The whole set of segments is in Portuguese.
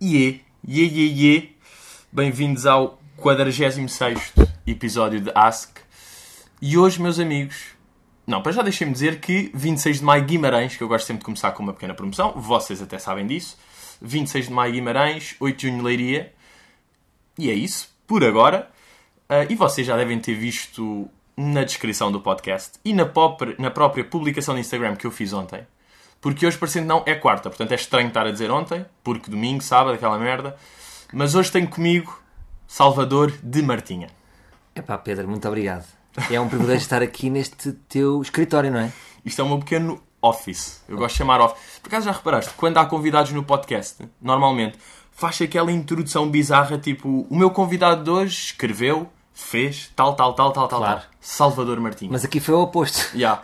Iê, iê, iê, iê. Bem-vindos ao 46 episódio de Ask. E hoje, meus amigos. Não, para já deixem-me dizer que 26 de maio Guimarães, que eu gosto sempre de começar com uma pequena promoção, vocês até sabem disso. 26 de maio Guimarães, 8 de junho Leiria. E é isso, por agora. Ah, e vocês já devem ter visto na descrição do podcast e na, pop- na própria publicação do Instagram que eu fiz ontem. Porque hoje, parecendo não, é quarta. Portanto, é estranho estar a dizer ontem, porque domingo, sábado, aquela merda. Mas hoje tenho comigo Salvador de Martinha. Epá, Pedro, muito obrigado. É um privilégio estar aqui neste teu escritório, não é? Isto é um pequeno office. Eu gosto de chamar office. Por acaso já reparaste, quando há convidados no podcast, normalmente, faz aquela introdução bizarra, tipo, o meu convidado de hoje escreveu, fez, tal, tal, tal, tal, tal, Claro. tal. Salvador Martinha. Mas aqui foi o oposto. Yeah.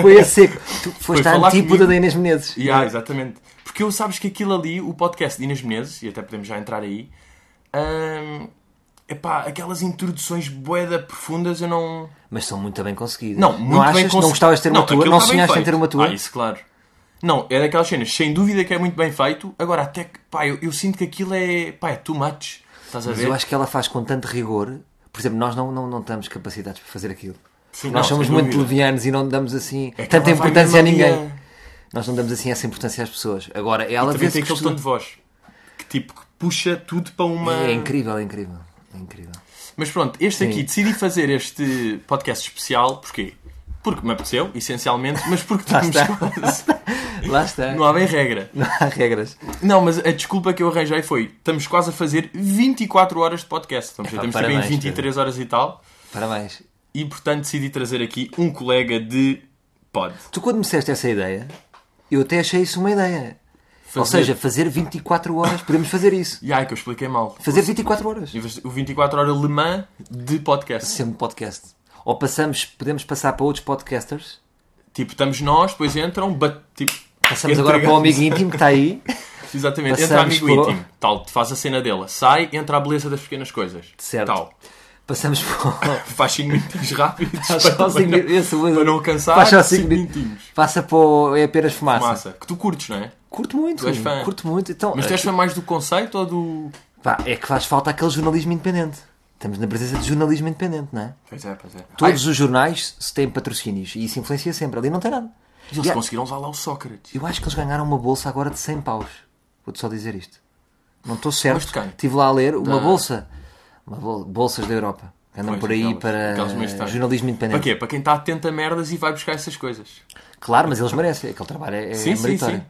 Foi a seco. Tu foste à falar comigo. antípoda da Inês Menezes. Yeah, exatamente. Porque eu sabes que aquilo ali, o podcast de Inês Menezes, e até podemos já entrar aí, hum, epá, aquelas introduções boeda profundas eu não. Mas são muito bem conseguidas. Não, muito não achas? bem conce- Não gostavas de ter uma tua? aquilo Não está bem sonhaste em feito. ter uma tua? Ah, isso, claro. Não, é daquelas cenas, sem dúvida que é muito bem feito, agora até que, pá, eu, eu sinto que aquilo é, pá, é too much. Estás a Mas ver? eu acho que ela faz com tanto rigor. Por exemplo, nós não, não, não estamos capacitados para fazer aquilo. Sim, nós não, somos sem muito dúvida. levianos e não damos assim É que tanta ela vai importância a mesmo ali é. ninguém. a- Nós não damos assim essa importância às pessoas. Agora, ela Também vê-se tem que aquele tom de voz que tipo que puxa tudo para uma. É incrível, é incrível. É incrível. Mas pronto, este aqui, decidi fazer este podcast especial, porquê? Porque me apeteceu, essencialmente, mas porque Lá estamos está. quase. Lá está. Não há bem regra. não há regras. Não, mas a desculpa que eu arranjei foi: estamos quase a fazer 24 horas de podcast. Estamos, Epá, estamos também em parabéns, 23 horas e tal. Parabéns. E portanto decidi trazer aqui um colega de pod. Tu quando me disseste essa ideia, eu até achei isso uma ideia. Ou Fazer- seja, fazer 24 horas, podemos fazer isso. E ai, que eu expliquei mal. Fazer 24 horas. Em vez de- O 24 horas alemã de podcast. Sempre um podcast. Ou passamos, podemos passar para outros podcasters. Tipo, estamos nós, depois entram, bate, tipo, Passamos agora para o amigo íntimo que está aí. Exatamente, Passamos entra amigo por- íntimo, tal, faz a cena dela, sai, entra a beleza das pequenas coisas, Certo. tal, Passamos para faz 5 minutinhos rápidos Faz para, só também cinco- não, esse- para não cansar, faz só 5 cinco minutos. minutinhos. o... Passa para o... É apenas fumaça. Massa, que tu curtes, não é? Curto muito. Tu és fã. Curto muito. Então, Mas tu és fã mais do conceito ou do... pá, é que faz falta aquele jornalismo independente. Estamos na presença de jornalismo independente, não é? Pois é, pois é. Todos os jornais têm patrocínios e isso influencia sempre. Ali não tem nada. Ai, eles E há- conseguiram usar lá o Sócrates. Eu acho que eles ganharam uma bolsa agora de 100 paus. Vou-te só dizer isto. Não estou Mas de certo. quem? Estive lá a ler uma Da- bolsa. Uma bol- Bolsas da Europa. que Andam Pois, por aí aquelas- para aquelas meio estranhas. jornalismo Para independente. quê? Para quem está atento a merdas e vai buscar essas coisas. Claro, mas eles merecem. Aquele trabalho é, é sim, sim, meritório. sim.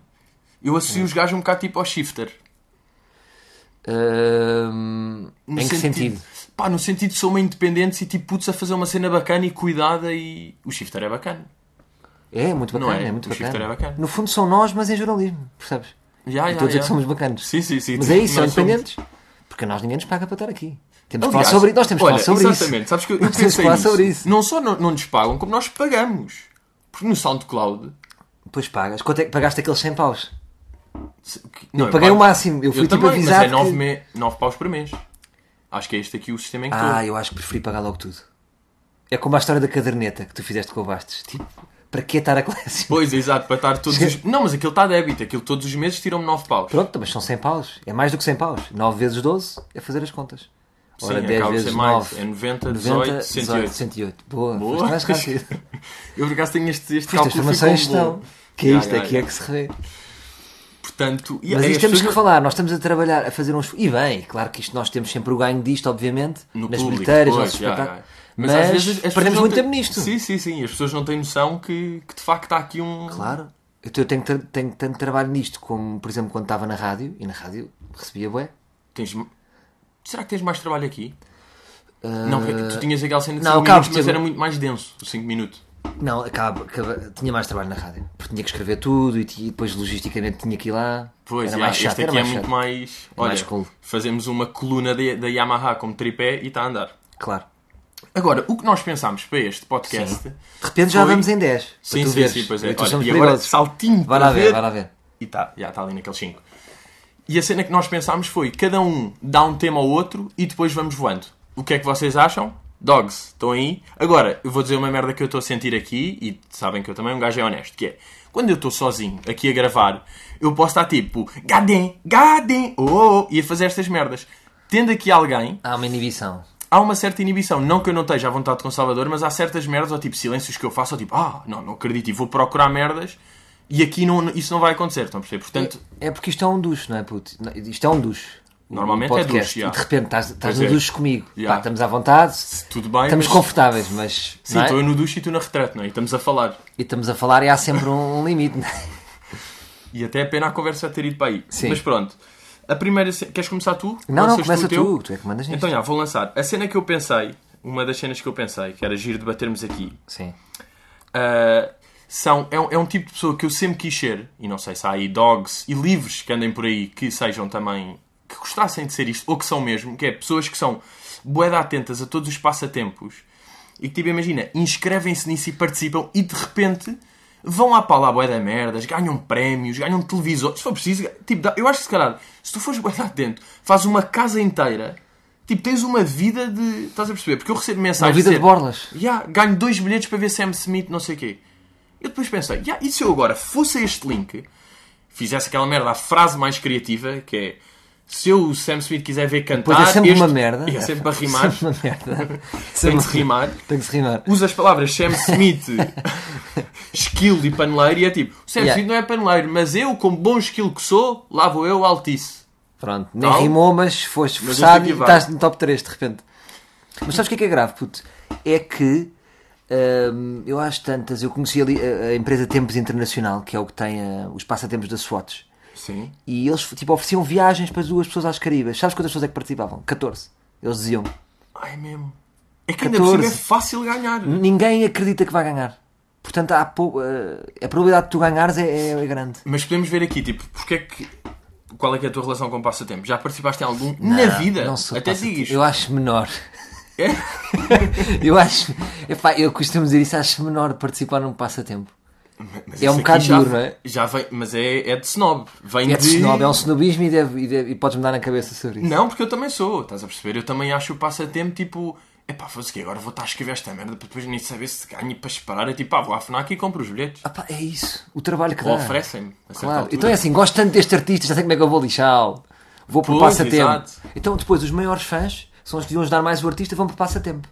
Eu associo os gajos um bocado tipo ao shifter. Ahm, No em que sentido? Pá, no sentido de sou uma independente e tipo, putz, a fazer uma cena bacana e cuidada e... O shifter é bacana. É, muito Não bacana. é? é? muito O Shifter bacana. é bacana. No fundo são nós, mas em jornalismo. Percebes? Já, já, Estou a dizer já. que somos bacanas. Sim, sim, sim. Mas é isso, são Nós somos- independentes. Porque nós ninguém nos paga para estar aqui. Temos de falar Aliás, sobre isso. Nós temos de falar olha, sobre exatamente. isso. Sabes que eu, eu Nós temos de pensei falar nisso. sobre isso. Não só não, não nos pagam, como nós pagamos. Porque no SoundCloud... Pois pagas. Quanto é que pagaste aqueles 100 paus? se- que- Não, paguei pago- o máximo. Eu fui tipo também, avisado Mas é 9 que- me... nove paus por mês. Acho que é este aqui o sistema em que Ah, estou. eu acho que preferi pagar logo tudo. É como a história da caderneta que tu fizeste com o Bastos. Tipo, para que estar a colecionar? Pois, exato, para estar todos os... Não, mas aquilo está a débito. Aquilo todos os meses tiram-me 9 paus. Pronto, mas são 100 paus. É mais do que 100 paus. 9 vezes 12 é fazer as contas. Ora, Sim, 10 acaba de vezes ser mais. 9. É 90, 18, 108. 108. Boa, Boa. foste mais rápido. Eu, por acaso, tenho este, este Estas cálculo ficou informações estão. bom. Que é Ya, isto, ya, aqui ya. é que se revê. Portanto... e- Mas é, isto as temos que pessoas- falar, nós estamos a trabalhar, a fazer uns. E bem, claro que isto nós temos sempre o ganho disto, obviamente, no nas público, bilheteiras, pois, nossos já, espetáculos. já. Mas, às vezes, as pessoas perdemos não muito têm- tempo nisto. Sim, sim, sim. As pessoas não têm noção que, que de facto há aqui um. Claro. Eu te- eu tenho, tra- tenho tanto trabalho nisto como, por exemplo, quando estava na rádio, e na rádio recebia bué. Tens... Será que tens mais trabalho aqui? Não, tu tinhas aquela cena de Ah, não, 5 acabo minutos, de mas ter- era muito mais denso, o 5 minutos. Não, acaba, acaba- tinha mais trabalho na rádio. Porque tinha que escrever tudo e, ti- e depois logisticamente tinha que ir lá. Pois, era já, mais este chato, aqui era é mais muito chato. É mais. Olha, mais cool. fazemos uma coluna de- da Yamaha como tripé e está a andar. Claro. Agora, o que nós pensámos para este podcast. Sim, De repente já Foi- vamos em 10. para sim, tu sim, veres. pois é. Eu e tu Olha, somos e agora, perigosos. saltinho Vai para lá ver, vai lá ver. E está, já está ali naqueles 5. E a cena que nós pensámos foi: cada um dá um tema ao outro e depois vamos voando. O que é que vocês acham? Dogs, estão aí. Agora, eu vou dizer uma merda que eu estou a sentir aqui, e sabem que eu também um gajo é honesto, que é, quando eu estou sozinho aqui a gravar, eu posso estar tipo, gadem, gadem, oh, oh", e a fazer estas merdas. Tendo aqui alguém, Há uma inibição. há uma certa inibição. Não que eu não esteja à vontade com o Salvador, mas há certas merdas, ou tipo silêncios que eu faço, ou tipo, ah, não, não acredito, e vou procurar merdas, e aqui não, isso não vai acontecer, estão a perceber? Portanto, É porque isto é um duche, não é, puto? Não, Isto é um duche. O Normalmente é duche, já. E de repente estás, estás Pois no é. duche comigo. Já. Pá, estamos à vontade, tudo bem, estamos mas- confortáveis, mas. sim, não é? estou eu no duche e tu na retrato, não é? E estamos a falar. E estamos a falar e há sempre um, um limite, não é? E até é pena a conversa ter ido para aí. Sim. Mas pronto. A primeira cena. Queres começar tu? Não, não, Lanças começa o teu? tu, tu é que mandas nisto. Então já, vou lançar. A cena que eu pensei, uma das cenas que eu pensei, que era giro debatermos aqui, Sim. ah, são, é, um, é um tipo de pessoa que eu sempre quis ser, e não sei se há aí dogs e livros que andem por aí que sejam também. que gostassem de ser isto, ou que são mesmo, que é pessoas que são boeda atentas a todos os passatempos e que, tipo, imagina, inscrevem-se nisso e participam e de repente. Vão à pala à boeda merdas, ganham prémios, ganham televisor, se for preciso, tipo, dá- eu acho que se calhar, se tu fores boeda atento, faz uma casa inteira, tipo, tens uma vida de. estás a perceber? Porque eu recebo Uma mensagens. vida de dizer, borlas. Yeah, ganho dois bilhetes para ver Sam Smith, não sei o quê. Eu depois pensei, yeah, e se eu agora fosse a este link, fizesse aquela merda, a frase mais criativa, que é se eu, o Sam Smith quiser ver cantar... Pois é sempre Ah, este- uma merda. Yeah, sempre a rimar, Sempre uma merda. tem de rimar. Tem que se rimar. Usa as palavras Sam Smith, skill e paneleiro, e é tipo, o Sam Yeah. Smith não é paneleiro, mas eu, como bom skill que sou, lá vou eu, altice. Pronto, então? nem Tal. rimou, mas foste Mas forçado este aqui e vai. estás no top 3 de repente. Mas sabes o que é que é grave, puto? É que hum, eu acho tantas. Eu conheci ali a, a empresa Tempos Internacional, que é o que tem ah, os passatempos da SWATs. Sim. E eles tipo, ofereciam viagens para duas pessoas às Caribas. Sabes quantas pessoas é que participavam? 14. Eles diziam: Ai, mesmo. É que ainda por cima é 14. fácil ganhar. ninguém acredita que vai ganhar. Portanto, há pou- ah, a probabilidade de tu ganhares é, é- é grande. Mas podemos ver aqui, tipo, porque é que. Qual é que é a tua relação com o passatempo? Já participaste em algum? na vida? Ah, Não sou Até passa- digo isto. Eu acho menor. É? Eu acho. Epá, eu costumo dizer isso, acho menor participar num passatempo. Mas isso é um aqui bocado já, duro, não é? Já vem, mas é, é de snob. Vem É de snob, é um um... snobismo e, deve, e, deve- e podes mudar na cabeça sobre isso. Não, porque eu também sou, estás a perceber? Eu também acho o passatempo tipo. Epá, foda-se que agora vou estar a escrever esta merda para depois nem saber se ganho e para esperar. É tipo, pá, vou à FNAC e compro os bilhetes. Ah pá, é isso, o trabalho que Ou dá. oferecem-me. a certa Ah, Claro. altura. Então é assim, gosto tanto deste artista, já sei como é que eu vou lixá-lo. Vou por Pois, passatempo. exato. Então depois os maiores fãs são os que deviam ajudar mais o artista e vão por passatempo.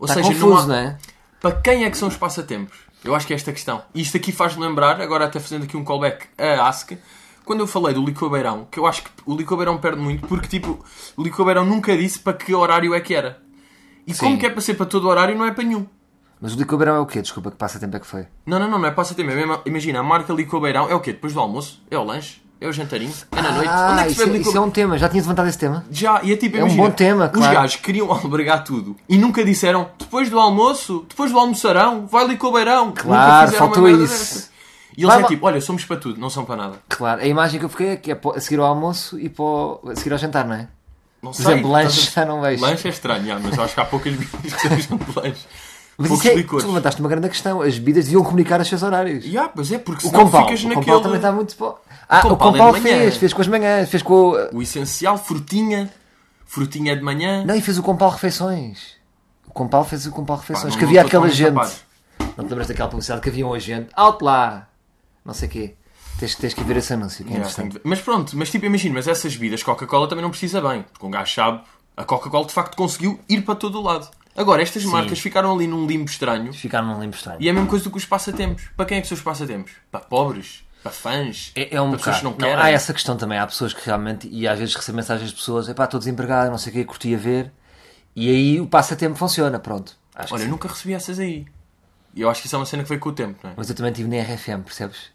Ou Está seja, não, confuso, há- não, é? Para quem é que são os passatempos? Eu acho que é esta a questão. E isto aqui faz-me lembrar, agora até fazendo aqui um callback a ASC, quando eu falei do Licor Beirão, que eu acho que o Licor Beirão perde muito, porque tipo, o Licor Beirão nunca disse para que horário é que era. E como que é para ser para todo horário, não é para nenhum. Mas o Lico Beirão é o quê? Desculpa, que passatempo é que foi? Não, não, não, não é passatempo. É mesmo, imagina, a marca Licor Beirão é o quê? Depois do almoço? É o lanche? É o jantarinho? É na noite? Ah, Onde é que se isso, é, bebe Licor isso é um tema, já tinha levantado esse tema? Já, e é tipo, É um imagina, bom tema, os claro. gajos queriam albergar tudo e nunca disseram depois do almoço, depois do almoçarão, vai ali com o beirão. Claro, nunca fizeram faltou uma merda isso. dessas. E eles Vai, é vai. tipo, olha, somos para tudo, não são para nada. Claro, a imagem que eu fiquei é que é pó- a seguir ao almoço e pó- a seguir ao jantar, não é? Não Por sei, exemplo, estás lanche já não a- vejo. Lanche é estranho, já, mas acho que há poucas bebidas que sejam de lanche. Mas Poucos isso é, tu licores. levantaste uma grande questão. As bebidas deviam comunicar os seus horários. Yeah, pois é, porque O senão Compal, ficas o naquele... Compal também está muito... po- Ah, Compal o é de Compal manhã. fez, fez com as manhãs, fez com... o- O essencial, frutinha, frutinha de manhã. Não, e fez o Compal Refeições. O Compal fez o Compal Pá, Refeições, não- que não havia estou aquela totalmente gente... capaz. Não te lembras daquela publicidade que havia um agente? Alto lá! Não sei o quê. Tens, tens que ver esse anúncio, que é Yeah, interessante. tenho de ver. Mas pronto, mas tipo, imagina, mas essas bebidas Coca-Cola também não precisa bem, porque um gajo sabe, a Coca-Cola de facto conseguiu ir para todo o lado. Agora, estas marcas ficaram ali num limbo estranho Ficaram num limbo estranho. e é a mesma coisa do que os passatempos. Para quem é que são os passatempos? Para pobres? Para fãs? É, é um para pessoas bocado. que não Não, querem? há essa questão também. Há pessoas que realmente, e às vezes recebo mensagens de pessoas, epá, estou desempregado, não sei o que, curti a ver. E aí o passatempo funciona, pronto. Acho que Olha, eu sim. nunca recebi essas aí. E eu acho que isso é uma cena que veio com o tempo, não é? Mas eu também tive na RFM, percebes?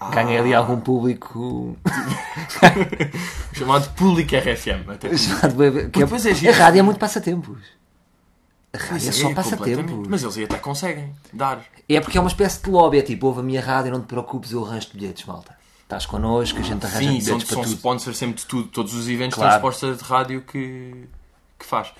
Ah. Ganhei ali algum público Chamado Público RFM. Até. chamado bebê, que Pois é, é, giro. a rádio é muito passatempos. A rádio é Pois só completamente. passatempos. Mas eles aí até conseguem dar. É porque é uma espécie de lobby, é tipo, ouve a minha rádio, não te preocupes, eu arranjo bilhetes, malta. Estás connosco, a gente arranja Sim, são, bilhetes para são tudo. sponsors sempre de tudo. Todos os eventos Claro. têm sponsors de rádio que, que faz.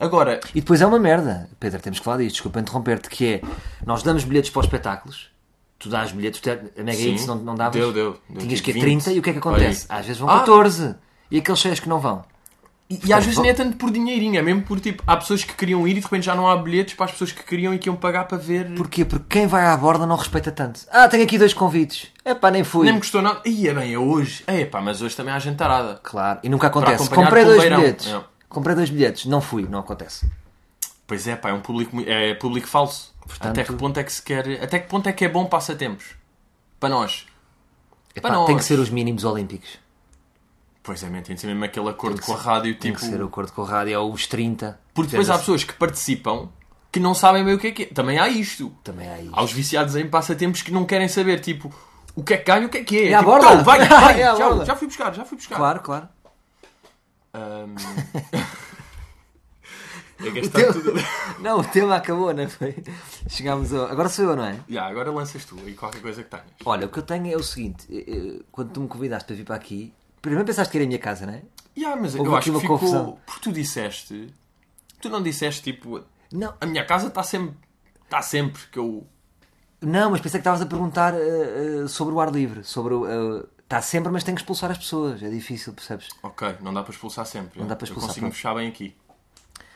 Agora, E depois é uma merda, Pedro, temos que falar disto, desculpa interromper-te, que é, nós damos bilhetes para os espetáculos, tu dás bilhetes, tu- a Mega Sim. Hits não, não davas? Deu, deu. Deu Tinhas tipo que ir 20. 30 e o que é que acontece? Olha aí. Às vezes vão Ah. 14, e aqueles 6 que não vão? E, e às vezes nem é tanto por dinheirinho, é mesmo por tipo, há pessoas que queriam ir e de repente já não há bilhetes para as pessoas que queriam e que iam pagar para ver. Porquê? Porque quem vai à borda não respeita tanto. Ah, tenho aqui dois convites. Epá, nem fui. Nem me custou nada. Ia bem, é hoje. É pá, mas hoje também há jantarada. Claro, e nunca acontece. acompanhar Comprei com o dois beirão. bilhetes. É. Comprei dois bilhetes, não fui, não acontece. Pois é, pá, é um público, mui- é público falso. Portanto- Até que ponto é que se quer. Até que ponto é que é bom passatempos? Para nós. Epá, nós. tem que ser os mínimos olímpicos. Pois é, man, tem de ser mesmo aquele acordo com a rádio, Tem tipo. que ser o acordo com o rádio, é os 30. Porque depois há Depende- pessoas que participam que não sabem bem o que é que é. Também há isto. Também há isso. Há os viciados em passatempos que não querem saber, tipo, o que é que ganha e o que é que é. É à tipo, borda. "Tau, vai, vai, É à tchau, borda. já fui buscar, já fui buscar. Claro, claro. Ahm. é O gastar tema- tudo. Não, o tema acabou, não é? foi? Chegámos ao... Agora sou eu, não é? Ya, agora lanças tu aí qualquer coisa que tenhas. Olha, o que eu tenho é o seguinte: eh, eh, quando tu me convidaste para vir para aqui, primeiro pensaste que era a minha casa, não é? Ya, mas Houve eu aqui acho que uma ficou. confusão. Porque tu disseste. Tu não disseste tipo. Não, A minha casa está sempre. Está sempre que eu. não mas pensei que estavas a perguntar eh, eh, sobre o ar livre. Sobre o. Está sempre, mas tem que expulsar as pessoas. É difícil, percebes? Ok, não dá para expulsar sempre. Não ya. dá para expulsar, Eu consigo me pronto. fechar bem aqui.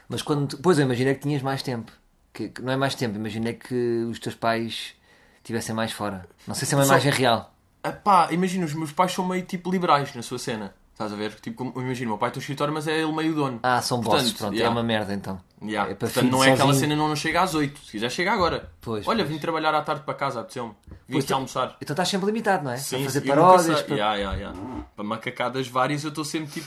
Mas quando. tu- Pois eu imaginei que tinhas mais tempo. Que, que não é mais tempo, imaginei que os teus pais estivessem mais fora. Não sei se é uma Só- imagem real. Epá, imagina, os meus pais são meio tipo liberais na sua cena. Estás a ver? Tipo, como- imagina, o meu pai tem um escritório, mas é ele meio dono. Ah, são Portanto, bosses, pronto, yeah. é uma merda então. Yeah. É para Portanto, filho não é aquela sozinho. cena não, não chega às 8. Se quiser, chega agora. Pois, Olha, pois. vim trabalhar à tarde para casa, apeteceu-me. Vim aqui tu- almoçar. Então estás sempre limitado, não é? para fazer eu nunca paródias, sei- para- Yeah, yeah, yeah. Para macacadas várias, eu estou sempre tipo.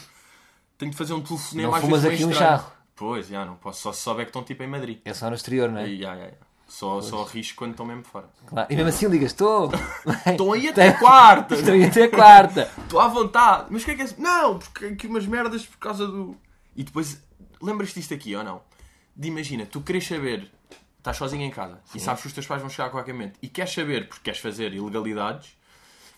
Tenho de fazer um telefonema Não às fumas vezes meio aqui um estranho. jarro. Pois, já, não posso. Só se souber que estão tipo em Madrid. é só no exterior, não é? E, yeah, yeah, yeah. Só, só risco quando estão mesmo fora. Claro. E mesmo assim ligas, estou. Estão aí até quarta! Estou aí até quarta. Estou à vontade. Mas o que é que é isso? Não, porque aqui umas merdas por causa do. E depois, lembras-te disto aqui ou não? De imagina, tu queres saber, estás sozinho em casa e sabes que os teus pais vão chegar a qualquer momento e queres saber porque queres fazer ilegalidades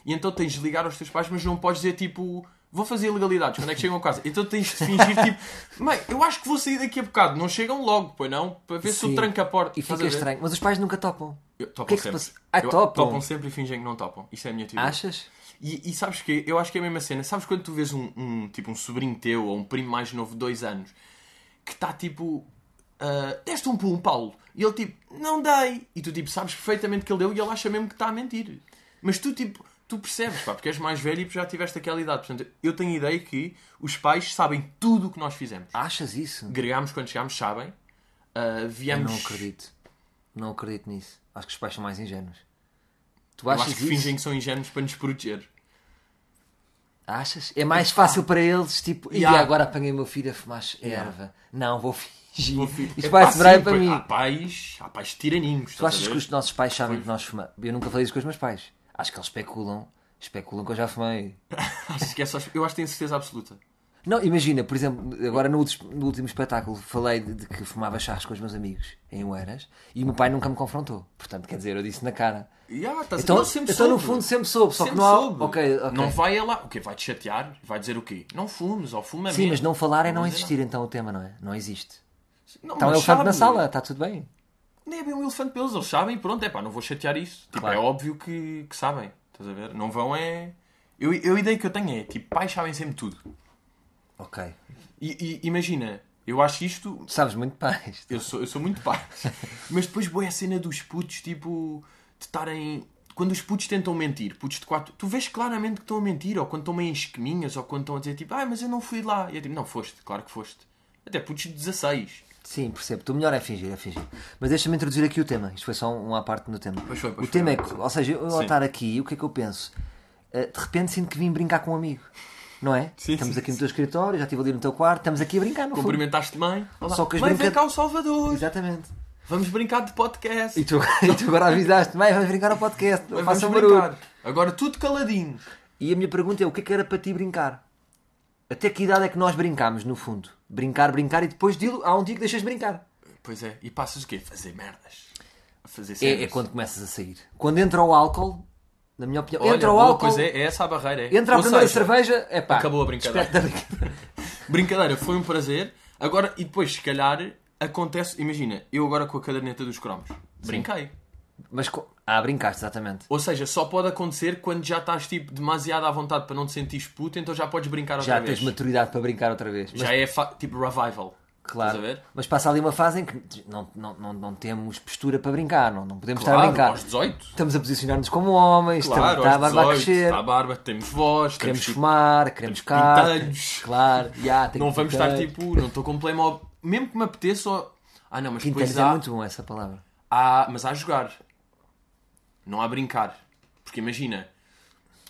e então tens de ligar aos teus pais, mas não podes dizer tipo. Vou fazer ilegalidades quando é que chegam a casa. Então tens de fingir tipo, mãe, eu acho que vou sair daqui a bocado. Não chegam logo, pois não? Para ver se eu Sim. tranco a porta. E Estás fica a ver? estranho. Mas os pais nunca topam. Eu- O que Topam é que se sempre. passa? Ah, Eu- topam. Topam sempre e fingem que não topam. Isto é a minha teoria. Achas? E, e sabes que eu acho que é a mesma cena. Sabes quando tu vês um, um, tipo um sobrinho teu ou um primo mais novo de dois anos que está tipo ah, deste um pulo, Paulo, e ele tipo não dei, e tu tipo sabes perfeitamente que ele deu e ele acha mesmo que está a mentir, mas tu tipo tu percebes, pá, porque és mais velho e já tiveste aquela idade. Portanto, eu tenho ideia que os pais sabem tudo o que nós fizemos. Achas isso? Gregámos quando chegámos, sabem. Ah, viemos. Não acredito. Não acredito nisso. Acho que os pais são mais ingênuos. Tu Eu achas acho que isso? fingem que são ingênuos para nos proteger. Achas? É mais fácil para eles, tipo, Yeah. e agora apanhei o meu filho a fumar erva. Não, vou fingir. Vou fi- Isto É vai pá, sobrar sim, para pois, mim. Há pais, há pais tiraninhos. Tu estás a achas ver? que os nossos pais sabem que nós fumamos? Eu nunca falei isso com os meus pais. Acho que eles especulam. Especulam que eu já fumei. Achas que é só- Eu acho que tenho certeza absoluta. Não, imagina, por exemplo, agora no, ultis- no último espetáculo falei de, de que fumava charros com os meus amigos em Oeiras e o meu pai nunca me confrontou. Portanto, quer dizer, eu disse na cara. E, ah, estás- Então, eu sempre então, no soube. fundo, sempre soube, só Sempre que não há. soube. Ok, ok. Não vai ela. O quê? Vai te chatear? Vai dizer o quê? Não fumes ou fuma Sim, menos. mas não falar é não vou dizer existir, então o tema, não é? Não existe. nada. Não, Então é o mas elefante na sabe. sala, está tudo bem. Nem é bem um elefante pelos, eles sabem, pronto, é pá, não vou chatear isso. Tipo, Claro. é óbvio que, que sabem, estás a ver? Não vão é. Eu, eu a ideia que eu tenho é, tipo, pais sabem sempre tudo. Ok. E, e imagina, eu acho isto Tu sabes muito pais. Eu sou, eu sou muito pá. Mas depois, boa, a cena dos putos, tipo, de estarem. Quando os putos tentam mentir, putos de quatro, tu vês claramente que estão a mentir, ou quando estão meio em esqueminhas, ou quando estão a dizer tipo, ah, mas eu não fui lá. E é tipo, não, foste, claro que foste. Até putos de 16. Sim, percebo. O melhor é fingir, é fingir. Mas deixa-me introduzir aqui o tema. Isto foi só um à parte no tema. Pois foi, pois o tema foi. é que, ou seja, eu ao Sim. estar aqui, o que é que eu penso? Eh, de repente sinto que vim brincar com um amigo. Não é? Sim, estamos sim, aqui no teu escritório, já estive ali no teu quarto, estamos aqui a brincar, no fundo. Cumprimentaste mãe. Olá. Só que as mãe, vem brinca- cá ao Salvador. Exatamente. Vamos brincar de podcast. E tu, e tu agora avisaste, mãe, vamos brincar ao podcast, Mãe, faça um vamos barulho. brincar. Agora tudo caladinho. E a minha pergunta é: o que é que era para ti brincar? Até que idade é que nós brincámos, no fundo? Brincar, brincar e depois dilo, há um dia que deixas de brincar. Pois é, e passas o quê? Fazer merdas. A fazer cenas. É, é quando começas a sair. Quando entra o álcool, na minha opinião, Olha, entra o boa, álcool, Pois é, é essa a barreira. é. entra a Ou primeira seja, cerveja, é pá. acabou a brincadeira. Brincadeira, foi um prazer. Agora, e depois, se calhar, acontece. Imagina, eu agora com a caderneta dos cromos. Brinquei. Mas co- Ah, brincaste, exatamente. Ou seja, só pode acontecer quando já estás tipo demasiado à vontade para não te sentires puto, então já podes brincar outra Já vez. tens maturidade para brincar outra vez. Mas, Já é fa- tipo revival. claro. Estás a ver? Mas passa ali uma fase em que não, não, não, não temos postura para brincar, não, não podemos estar Tá a Claro, brincar. aos 18. Estamos a posicionar-nos como homens, Claro, estamos, está a aos barba a 18, crescer, está a barba, temos voz, temos queremos tipo, fumar, queremos carro. pintelhos. Claro, já, tem não vamos estar pintelhos. tipo, não estou com Playmobil, mesmo que me apeteça, ou... ah não, mas Pintelhos depois é há, muito bom essa palavra. há, mas há a jogar, não há a brincar, porque imagina,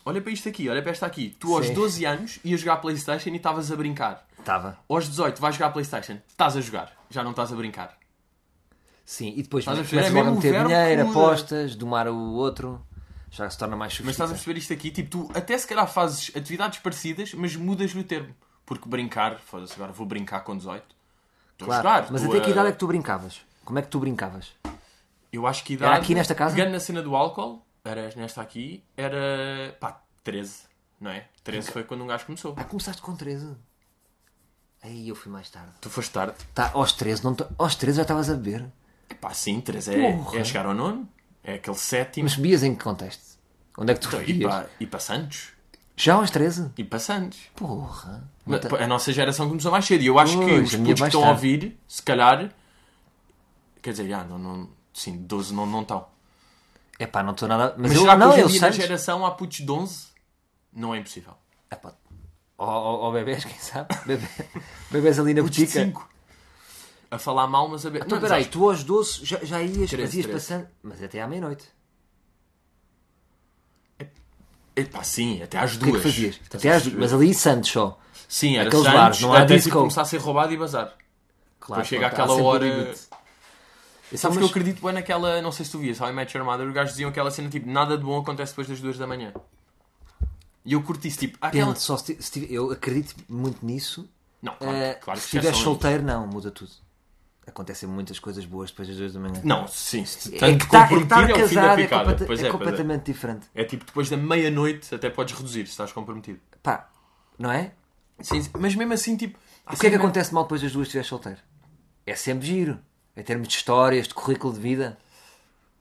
olha para isto aqui, olha para esta aqui, tu aos Sim. 12 anos ias jogar Playstation e estavas a brincar, Estava. aos 18 vais jogar Playstation, estás a jogar, já não estás a brincar, Sim, e depois Estás a perceber? começas É logo a mesmo meter um verbo que dinheiro, muda. apostas, domar o outro, já se torna mais mas estás a sofisticado. perceber isto aqui, tipo, tu até se calhar fazes atividades parecidas, mas mudas-lhe o termo, porque brincar, foda-se, agora vou brincar com 18, estou Claro, a jogar, mas estou até que a- idade é que tu brincavas? Como é que tu brincavas? Eu acho que a idade. Era aqui nesta casa? Pegando na cena do álcool, era nesta aqui, era. pá, 13, não é? 13 foi quando um gajo começou. Ah, começaste com 13. Aí eu fui mais tarde. Tu foste tarde. Tá, aos 13, não to- aos 13 já estavas a beber. Pá, sim, 13 Porra. é, é chegar ao nono, é aquele sétimo. Mas bebias em que contexto? Onde é que tu Então, e, bebias? para, e para Santos? Já aos 13? E para Santos? Porra. Então, Mas, pá, A nossa geração começou mais cedo e eu acho que tá- Pois, os a putos minha que mais estão a tarde. ouvir, se calhar. quer dizer, ah, não, não, sim, 12 não, não estão. É pá, não estou nada. Mas, Mas eu será que não, hoje eu em dia na sei. geração há putos de 11? Não é impossível. Epá, Ou, ou, ou bebés, quem sabe? Bebê- Bebés ali na Putos de botica. 5. A falar mal, mas a ver. Então Não, mas peraí, tu aos 12 já, já ias, Treze, fazias treze. passando. Mas até à meia-noite. Epá, sim, até às O que é duas. que fazias? Estás Até a às perceber? Mas ali em Santos só. Sim, era aqueles Santos, bares, não há até disco. tipo começar a ser roubado e bazar. Claro, Depois chega pronto, há aquela sempre um hora- limite. Eu Sabes Sabes que eu acredito bem naquela, não sei se tu vias, How I Met Your Mother, os gajos diziam aquela cena tipo, nada de bom acontece depois das duas da manhã. E eu curti isso, tipo, há aquela... Depende, só se, ti- se ti- eu acredito muito nisso. Não, claro, Eh, claro que se estiveres esquece, solteiro, não, muda tudo. Acontecem muitas coisas boas depois das duas da manhã. Não, sim, se É tanto que tá- é que comprometer estar é o fim da casado é, picada. complet- pois é é, pois é. completamente diferente. É tipo, depois da meia-noite até podes reduzir, se estás comprometido. Pá, não é? Sim, sim, mas mesmo assim, tipo... há O que é que sempre- acontece mal depois das duas se estiveres solteiro? É sempre giro. Em termos de histórias, de currículo de vida.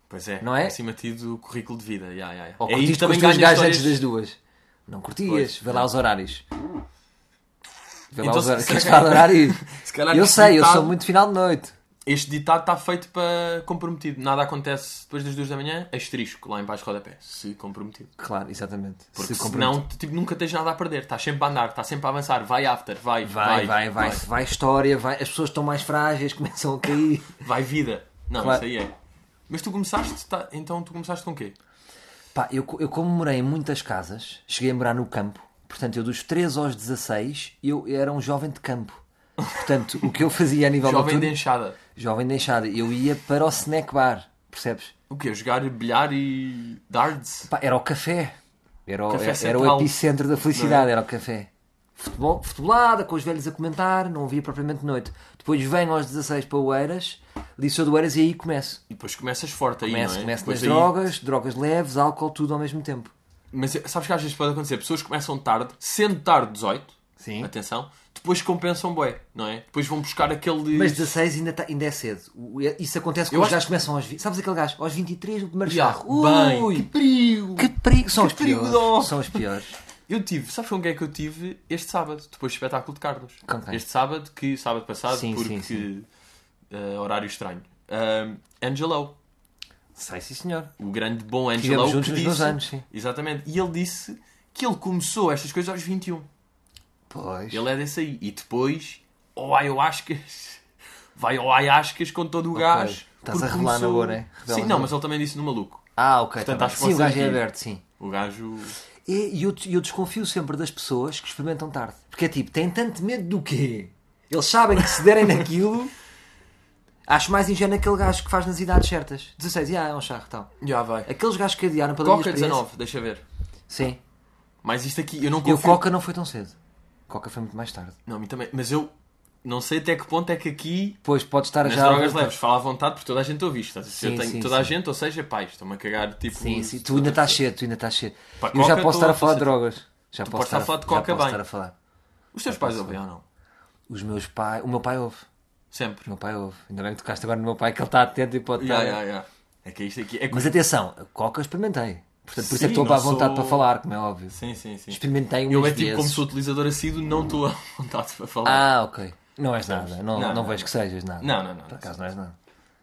Pois é, Não é? acima de ti do currículo de vida, ya, ya, ya. Ou É aí que curtiste com as também duas ganhas gajas histórias... antes das duas. Não curtias. Pois. Vê lá os horários. Vê lá Então, os é se- horários. se Queres calhar- falar de horários? Se calhar Eu este sei, eu ditado- sou muito final de noite. Este ditado está feito para comprometido. Nada acontece depois das duas da manhã, asterisco, lá em baixo rodapé. Se comprometido. Claro, exatamente. Porque Se se comprometer- não, tipo, nunca tens nada a perder. Estás sempre a andar, estás sempre a avançar. Vai after, vai, Vai, vai, vai, vai, história, vai. As pessoas estão mais frágeis, começam a cair. Vai vida. Não, Claro. isso aí é. Mas tu começaste, tá- então tu começaste com o quê? Pá, eu, co- eu como morei em muitas casas, cheguei a morar no campo. Portanto, eu dos 13 aos 16, eu era um jovem de campo. Portanto, o que eu fazia a nível Jovem de noturno... enxada. Jovem de enxada. Eu ia para o snack bar, percebes? O quê? Jogar bilhar e dards? Pá, era o café. Era o, Café era- era o central. é? epicentro da felicidade, era o café. Futebol, futebolada, com os velhos a comentar, não havia propriamente noite. Depois venho aos 16 para Oeiras, liceu de Oeiras e aí começo. E depois começas forte aí, Começo, não é? começo nas Depois aí- drogas, drogas leves, álcool, tudo ao mesmo tempo. Mas sabes que às vezes pode acontecer. Pessoas começam tarde, sendo tarde 18, Sim. atenção, depois compensam bué, não é? Depois vão buscar aquele... Mas 16 ainda, tá- ainda é cedo. O- é- Isso acontece quando Eu os acho- gajos começam aos 20. Sabes aquele gajo? Aos 23 o primeiro Ya, charro. bem, que Ui! perigo! Que perigo! São que os piores. perigo, São os piores. Eu tive, sabes com quem é que eu tive este sábado, depois do espetáculo de Carlos? Com quem? Este sábado, que sábado passado, Sim, porque sim, sim. eh, horário estranho. Ahm, Angelo, Sei, sim senhor. o grande bom Angelo, Estivemos que juntos nos disse, meus anos, sim. exatamente, e ele disse que ele começou estas coisas aos 21. Pois. Ele é desse aí. E depois, ou ayahuascas, vai ao ayahuascas com todo o gás. Estás porque a revelar na hora, hein? Revelas Sim, na não, hora. mas ele também disse no maluco. Ah, ok. Portanto, tá bem. acho que sim, o você gajo é aqui- aberto, sim. O gajo... E e eu, eu desconfio sempre das pessoas que experimentam tarde. Porque é tipo, têm tanto medo do quê? Eles sabem que se derem naquilo. Acho mais ingênuo aquele gajo que faz nas idades certas. 16, ah, é um charro tal. Já vai. Aqueles gajos que adiaram pela Coca minha experiência- 19, deixa ver. Sim. Mas isto aqui, eu não Eu confio... Coca não foi tão cedo. Coca foi muito mais tarde. Não, a mim também. Mas eu não sei até que ponto é que aqui Pois pode estar nas já. drogas leves fala à vontade porque toda a gente ouve isto. estás a perceber? Sim, Eu tenho sim, toda a sim. gente, ou seja, pais, estão-me a cagar tipo. Sim, sim. é Tu ainda estás cedo, tu ainda estás cedo. Pá, Eu já Coca, posso tô- estar a tô falar de cedo. drogas. Já podes estar a falar de Coca já posso bem. estar a falar. Os teus pais ouvem ou não? Os meus pais. O meu pai ouve. Sempre. O meu pai ouve. Ainda bem que tocaste agora no meu pai que ele está atento e pode estar. Ya, ya, ya. É que isto aqui é que- Mas atenção, a coca eu experimentei. Portanto, por isso Sim, é que estou não à vontade sou- para falar, como é óbvio. Sim, sim, sim. Experimentei umas Eu é tipo, vezes. como sou utilizador assíduo, não estou à vontade para falar. Ah, ok. Não és nada. Não, Não, não, não, vejo que sejas nada. Não, não, não. Por acaso não és nada.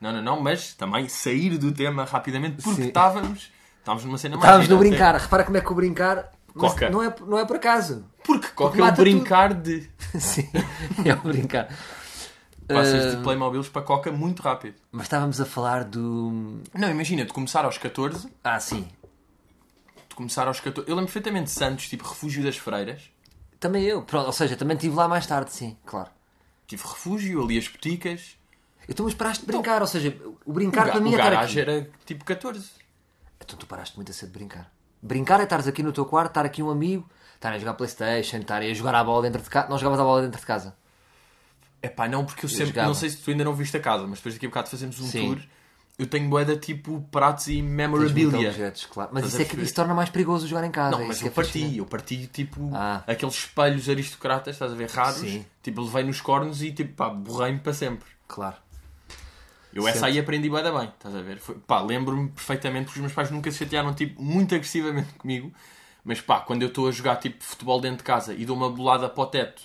Não, não, não, mas também sair do tema rapidamente porque Sim. estávamos. Estávamos numa cena mais. Estávamos no gira, brincar. Repara como é que o brincar... mas assim- Coca. Não é, não é por acaso. até. Porque Porque Coca é o mata tudo. brincar de. Sim, é o brincar. Passas Ah, de Playmobiles para Coca muito rápido. Mas estávamos a falar do... Não, imagina, de começar aos 14. Ah, sim. De começar aos 14. Eu lembro perfeitamente de Santos, tipo Refúgio das Freiras. Também eu. Pronto, ou seja, também estive lá mais tarde, sim. Claro. Tive refúgio, ali as boticas. Então, mas paraste de brincar. Ou seja, o brincar o para mim é o estar aqui. garagem era tipo 14. Então tu paraste muito a cedo de brincar. Brincar é estares aqui no teu quarto, estar aqui um amigo, estar a jogar Playstation, estar a jogar a bola dentro de casa. Não jogavas a bola dentro de casa. É pá, não, porque eu, sempre. jogava. Não sei se tu ainda não viste a casa, mas depois daqui a bocado fazemos um Sim. tour. Eu tenho moeda tipo pratos e Tens muitos memorabilia. objetos, claro. Mas Estás a isso é que perceber? isso torna mais perigoso jogar em casa. Não, é mas isso que eu é fascinante. parti, eu parti tipo Ah. aqueles espelhos aristocratas, estás a ver, raros, Sim. tipo levei nos cornos e tipo pá, borrei-me para sempre. Claro. Eu essa aí aprendi bué da bem, estás a ver? Foi, pá, lembro-me perfeitamente porque os meus pais nunca se chatearam tipo muito agressivamente comigo, mas pá, quando eu estou a jogar tipo futebol dentro de casa e dou uma bolada para o teto,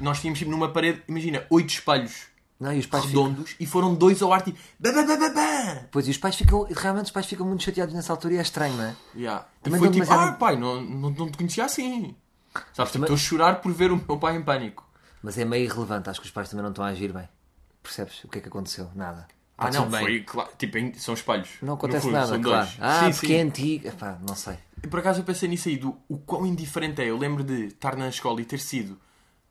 nós tínhamos tipo numa parede, imagina, oito espelhos Não, e os pais ficam... redondos e foram dois ao ar tipo bá, bá, bá, bá, bá. Pois, e os pais ficam... Realmente os pais ficam muito chateados nessa altura e é estranho, não é? Yeah. E Também foi dou tipo, ah demasiado- pai, não, não, não te conhecia assim. Sabes, tipo, estou Também- a chorar por ver o meu pai em pânico. Mas é meio irrelevante. Acho que os pais também não estão a agir bem. Percebes? O que é que aconteceu? Nada. Ah, Está não, tudo bem. foi claro. Tipo, em- são espelhos. Não No acontece fundo, nada, são claro. dois. Ah, Sim, porque sim. é antigo. Epá, não sei. E Por acaso eu pensei nisso aí, do o quão indiferente é. Eu lembro de estar na escola e ter sido.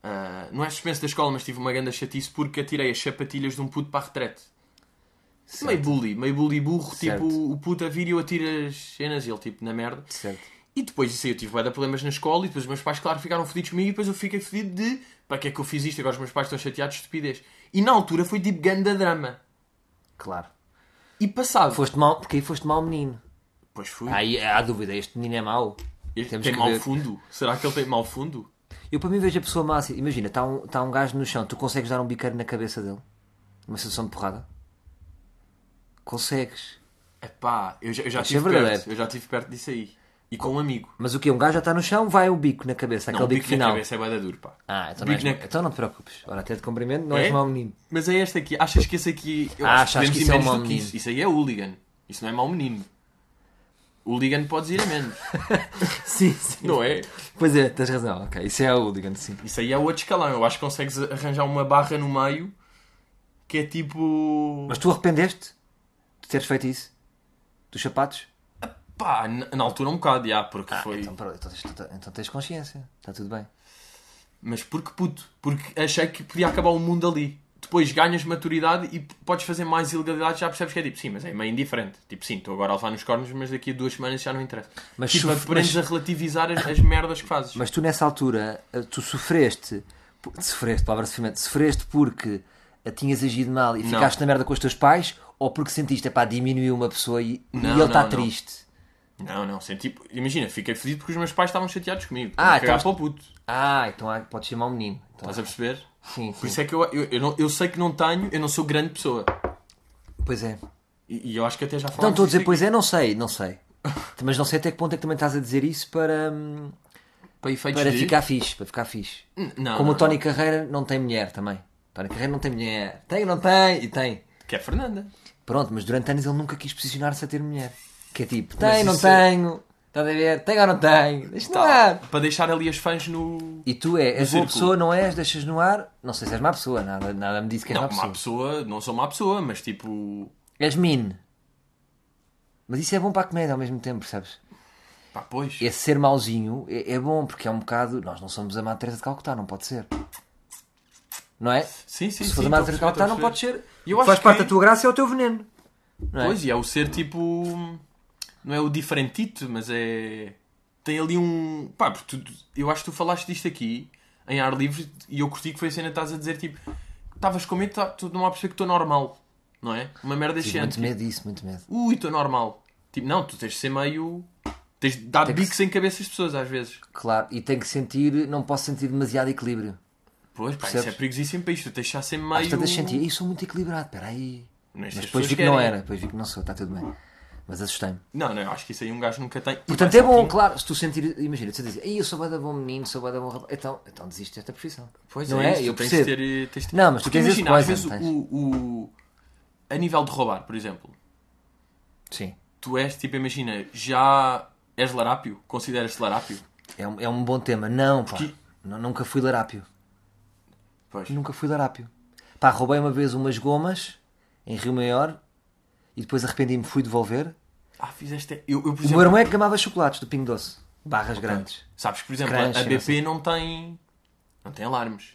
ah, não é suspenso da escola, mas tive uma grande chatice porque atirei as sapatilhas de um puto para a retrete. Meio bully, meio bully burro, Certo. tipo o puto a vir e eu atiro as cenas e ele tipo na merda. Certo. E depois disso aí eu tive bué de problemas na escola e depois os meus pais, claro, ficaram fodidos comigo e depois eu fiquei fodido de para que é que eu fiz isto? Agora os meus pais estão chateados de estupidez. E na altura foi tipo ganda drama. Claro. E passado. Foste mal... Porque aí foste mal menino. Pois fui. Aí há dúvida, este menino é mau. Este Temos tem que mau ver. fundo? Será que ele tem mau fundo? Eu para mim vejo a pessoa má assim. Imagina, está um, tá um gajo no chão, tu consegues dar um biqueiro na cabeça dele? Numa situação de porrada? Consegues. Epá, eu já, eu já Isso é estive verdadeiro. perto. Eu já estive perto disso aí. E com um amigo. Mas o quê? Um gajo já está no chão, vai o bico na cabeça, Não, aquele o bico, bico na final. cabeça é bada duro, pá. Ah, então não, Bico és, na- então não te preocupes. Ora, até de cumprimento, não É? és mau menino. Mas é este aqui. Achas que esse aqui... Eu Ah, acho achas podemos que ir isso é um menos mau do que menino. Isso. isso aí é hooligan. Isso não é mau menino. Hooligan podes ir a menos. Sim, sim. não é? Pois é, tens razão. Ok, isso é o digamos sim. Isso aí é outro escalão. Eu acho que consegues arranjar uma barra no meio que é tipo... Mas tu arrependeste de teres feito isso? Dos sapatos? Pá, na na altura um bocado, já, porque foi... Então, pronto, então, tens- então, tens consciência. Está tudo bem. Mas porque puto? Porque achei que podia acabar o mundo ali. Depois ganhas maturidade e p- podes fazer mais ilegalidades, já percebes que é tipo, sim, mas é meio indiferente. Tipo, sim, estou agora a levar nos cornos, mas daqui a duas semanas já não interessa. Mas tipo, sofre- aprendes a relativizar as, as merdas que fazes. Mas tu nessa altura, eh, tu sofreste, po- sofreste, palavra de sofrimento, sofreste porque eh, tinhas agido mal e ficaste na merda com os teus pais ou porque sentiste, pá, diminuiu uma pessoa e, e Não, ele não, está não. triste? Não, não, sei, tipo, imagina, fiquei fedido porque os meus pais estavam chateados comigo. Ah, Ah, cagar então- para o puto. Ah, então há, podes chamar o menino. Então, Estás a perceber? sim, Por sim. isso é que eu, eu, eu não- eu sei que não tenho, eu não sou grande pessoa. Pois é. E, e eu acho que até já Então falámos estou a dizer, disto pois é, não sei, não sei. Mas não sei até que ponto é que também estás a dizer isso para, hum, aqui, para efeitos para de- ficar fixe, para ficar fixe. N- Não, Como não, o Tony Carreira não tem mulher também. Tony Carreira não tem mulher. Tem ou não tem? E tem. não, Que é Fernanda. Pronto, mas durante anos ele nunca quis posicionar-se a ter mulher. Que é tipo, Mas tenho, não isso é- tenho, estás a ver? Tenho ou não tenho? Deixa no ar. Para deixar ali as fãs no... E tu é, és boa círculo. pessoa, não és, deixas no ar. Não sei se és má pessoa, nada, nada me disse que és Não, má pessoa. má pessoa, não sou má pessoa, mas tipo. És mean. Mas isso é bom para a comédia ao mesmo tempo, percebes? Pá, pois. Esse ser mauzinho é, é bom porque é um bocado. Nós não somos a Madre Teresa de Calcutá, não pode ser. Não é? Sim, sim, se sim. for a estou a Madre Teresa de perceber, estou Calcutá, a tá, não perceber. pode ser. E eu O que acho Faz que- parte da tua graça é o teu veneno. Não é? Pois, e é o ser tipo. Não é o diferentito, mas é. Tem ali um. Pá, porque tu- eu acho que tu falaste disto aqui, em ar livre, e eu curti que foi a cena que estás a dizer tipo. Estavas com medo, tá- tu não há perceber que estou normal, não é? Uma merda Tive cheia. muito medo disso, muito medo. Ui, estou normal. Tipo, não, tu tens de ser meio. Tens de dar Tem que bicos em cabeças de pessoas às vezes. Claro, e tenho que sentir, não posso sentir demasiado equilíbrio. Pois, pá, isso é Percebes? perigosíssimo para isto. Tu tens de já ser Às meio. tantas sentir, eu sou muito equilibrado, peraí. Mas Mas depois vi que não era, depois vi que não sou, está tudo bem. Mas assustei-me. Não, não, eu acho que isso aí um gajo nunca tem. E Portanto, vai é bom, sempre- claro, se tu sentir, imagina, tu dizes, Ei, eu sou bué da bom menino, sou bué da bom rapaz, então, então desiste desta profissão. Pois não é, é? isso, Eu tens percebo. de ter. Tens de ter- Não, mas tu Porque tens esse imagina, às poison, vezes tens. o, o- A nível de roubar, por exemplo, Sim. tu és tipo, imagina, já és larápio? Consideras-te larápio? É um, é um bom tema. Não, pá. Porque- Nu- Nunca fui larápio. Pois. Nunca fui larápio. Pá, roubei uma vez umas gomas em Rio Maior e depois arrependi-me, fui devolver. Ah, fizeste. Eu, eu por O meu exemplo. irmão é que gamava chocolates do Pingo Doce. Barras grandes. Sabes, por exemplo, Crunch, a não sei. BP não tem. Não tem alarmes.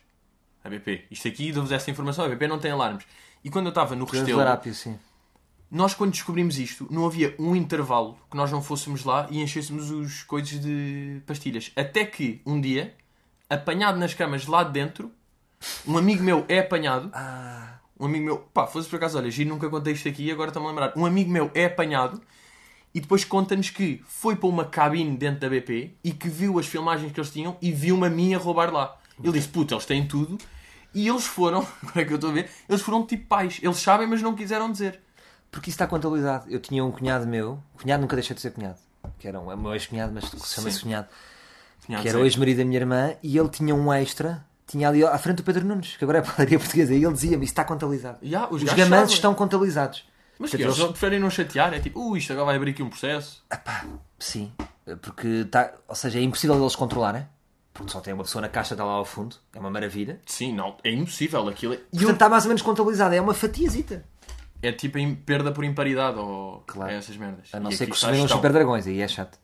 A BP. Isto aqui, dou-vos essa informação, a BP não tem alarmes. E quando eu estava no Tu és Restelo, larápio, sim. nós quando descobrimos isto, não havia um intervalo que nós não fôssemos lá e enchêssemos os coisas de pastilhas. Até que, um dia, apanhado nas camas lá de dentro, um amigo meu é apanhado. Ah, Um amigo meu, pá, fosse por acaso, olha, giro, nunca contei isto aqui e agora estou-me a lembrar. Um amigo meu é apanhado e depois conta-nos que foi para uma cabine dentro da BP e que viu as filmagens que eles tinham e viu-me a mim a roubar lá. Ele disse, puta, eles têm tudo. E eles foram, agora é que eu estou a ver, eles foram tipo pais. Eles sabem, mas não quiseram dizer. Porque isso está contabilidado. Eu tinha um cunhado meu, cunhado nunca deixei de ser cunhado, que era um, é o meu ex-cunhado, mas que se chama-se Sim. Ah, cunhado, Tinha a que dizer. era o ex-marido da minha irmã, e ele tinha um extra, tinha ali à frente do Pedro Nunes, que agora é a padaria portuguesa, e ele dizia-me: Isso está contabilizado. Ya, os Os gajos gamantes sabem. estão contabilizados. Mas que Portanto, eles eles- só preferem não chatear, é tipo, uh, isto agora vai abrir aqui um processo. Epá, sim, porque tá, ou seja, é impossível eles controlarem, porque só tem uma pessoa na caixa está lá ao fundo, é uma maravilha. Sim, não, é impossível aquilo. é- E Portanto, está mais ou menos contabilizado, é uma fatiazita. É tipo em perda por imparidade ou Claro. é essas merdas. A não E ser aqui que está se venham os gestão. super dragões, aí é chato.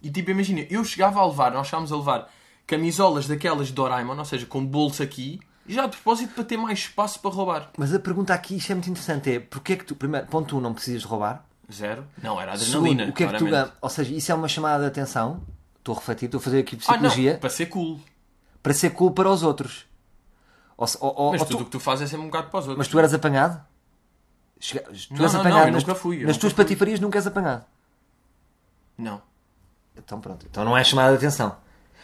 E tipo, imagina, eu chegava a levar, nós chegámos a levar camisolas daquelas de Doraemon, ou seja, com bolso aqui, já de propósito para ter mais espaço para roubar. Mas a pergunta aqui, isto é muito interessante, é porque é que tu, primeiro, ponto um, não precisas de roubar, Zero? Não, era adrenalina. Segundo, o que é que tu claramente. ganhas? Ou seja, isso é uma chamada de atenção. Estou a refletir, estou a fazer aqui Ah, não, psicologia para ser cool. para ser cool para os outros. Ou se- ou- ou- Mas ou tudo tu, o que tu fazes é sempre um bocado para os outros. mas tu eras apanhado? Chega- tu Não, eras não, apanhado não, eu nas, nunca fui, eu nas nunca tuas fui. patifarias nunca és apanhado. Não. Então pronto, então não é chamada de atenção.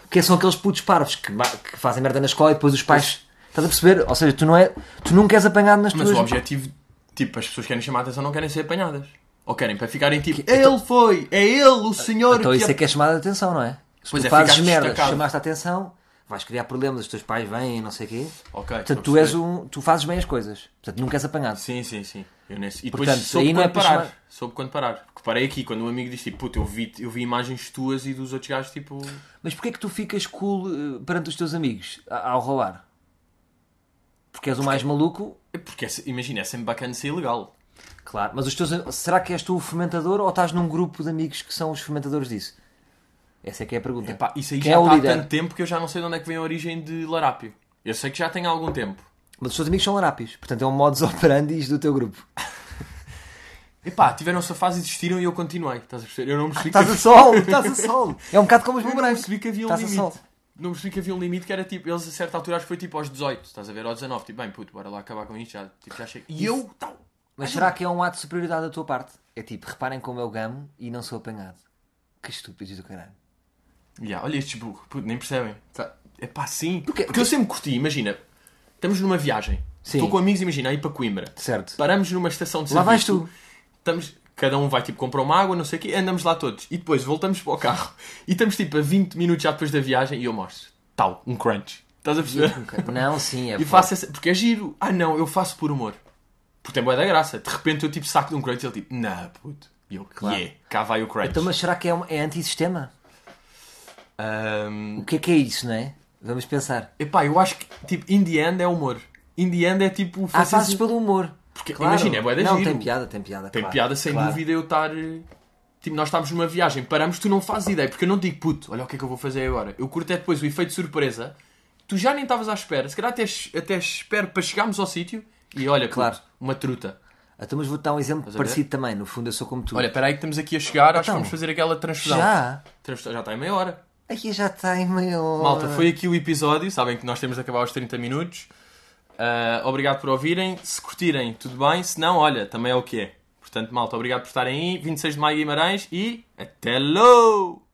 Porque são aqueles putos parvos que, ba- que fazem merda na escola e depois os pais. Estás a perceber? Ou seja, tu, não é, tu nunca és apanhado nas Mas tuas. o objetivo, tipo, as pessoas querem chamar a atenção, não querem ser apanhadas. Ou querem para ficarem tipo, Que- ele foi, é ele o senhor Então que isso é a-" que é chamada de atenção, não é? Se Pois tu é, fazes ficaste merda, destacado. chamaste a atenção, vais criar problemas, os teus pais vêm e não sei o quê. Ok, Portanto, estou tu, a és perceber. um, tu fazes bem as coisas. Portanto, nunca és apanhado. Sim, sim, sim. Eu nesse... E depois Portanto, soube aí não quando é para parar. chamar. Soube quando parar. Porque parei aqui, quando um amigo disse tipo, puta, eu vi, eu vi imagens tuas e dos outros gajos, tipo... Mas porquê é que tu ficas cool eh, perante os teus amigos a- ao roubar? Porque és o mais maluco, Porque, é se- imagina, é sempre bacana ser ilegal. claro. Mas os teus, am- será que és tu o fomentador ou estás num grupo de amigos que são os fomentadores disso? Essa é que é a pergunta. Pá, isso aí Quem já tá é o está há líder? tanto tempo que eu já não sei de onde é que vem a origem de larápio. Eu sei que já tem há algum tempo. Mas os teus amigos são larápios. Portanto, é um modus operandi do teu grupo. Epá, tiveram sua fase, existiram e eu continuei. Estás a perceber? Eu não percebi Estás que... a sol, estás a sol. É um bocado como os Eu não bumerangues. percebi que havia um Estás a limite. sol. Não percebi que havia um limite que era tipo, eles a certa altura acho que foi tipo aos 18, estás a ver, aos 19, tipo, bem puto, bora lá acabar com isto, já, tipo, já chega. E eu, tal. Mas Então- será que é um ato de superioridade da tua parte? É tipo, reparem como eu gamo e não sou apanhado. Que estúpidos do caralho. Ya, olha estes burro, puto, nem percebem. É pá, sim. Porquê? Porque eu sempre curti, imagina, estamos numa viagem, Sim. estou com amigos, imagina, aí para Coimbra, Certo. paramos numa estação de Lá vais serviço, estamos, cada um vai tipo comprar uma água, não sei o quê, andamos lá todos, e depois voltamos para o carro, e estamos tipo a 20 minutos já depois da viagem, e eu mostro, tal, um crunch. Estás a perceber? Não, sim, é E bom. faço essa... Porque é giro. Ah não, eu faço por humor. Porque tem boa da graça. De repente eu tipo saco de um crunch e ele tipo, não, puto. E eu, Claro. yeah, cá vai o crunch. Então, mas será que é, um, é antissistema? Ahm, O que é que é isso, não é? Vamos pensar. epá, eu acho que tipo, in the end é humor. In the end é tipo, Ah, faças- fazes pelo humor. Porque imagina, é bué de Não, giro. tem piada, tem piada. Tem claro. piada sem Claro. dúvida eu estar. eh, Tipo, nós estávamos numa viagem, paramos, tu não fazes ideia, porque eu não digo puto, olha o que é que eu vou fazer agora. Eu curto é depois o efeito de surpresa, tu já nem estavas à espera, se calhar até, até espero para chegarmos ao sítio e olha, puto, Claro. uma truta. Então, mas vou-te dar um exemplo a ver? parecido também. No fundo, eu sou como tu. Olha, espera aí que estamos aqui a chegar, acho que Então, vamos fazer aquela transfusão. já? Transfusão, Já está em meia hora. Aqui já está em meia hora. Malta, foi aqui o episódio. Sabem que nós temos de acabar aos 30 minutos. Ah, obrigado por ouvirem. Se curtirem, tudo bem. Se não, olha, também é o que é. Portanto, malta, obrigado por estarem aí. 26 de maio Guimarães e até logo!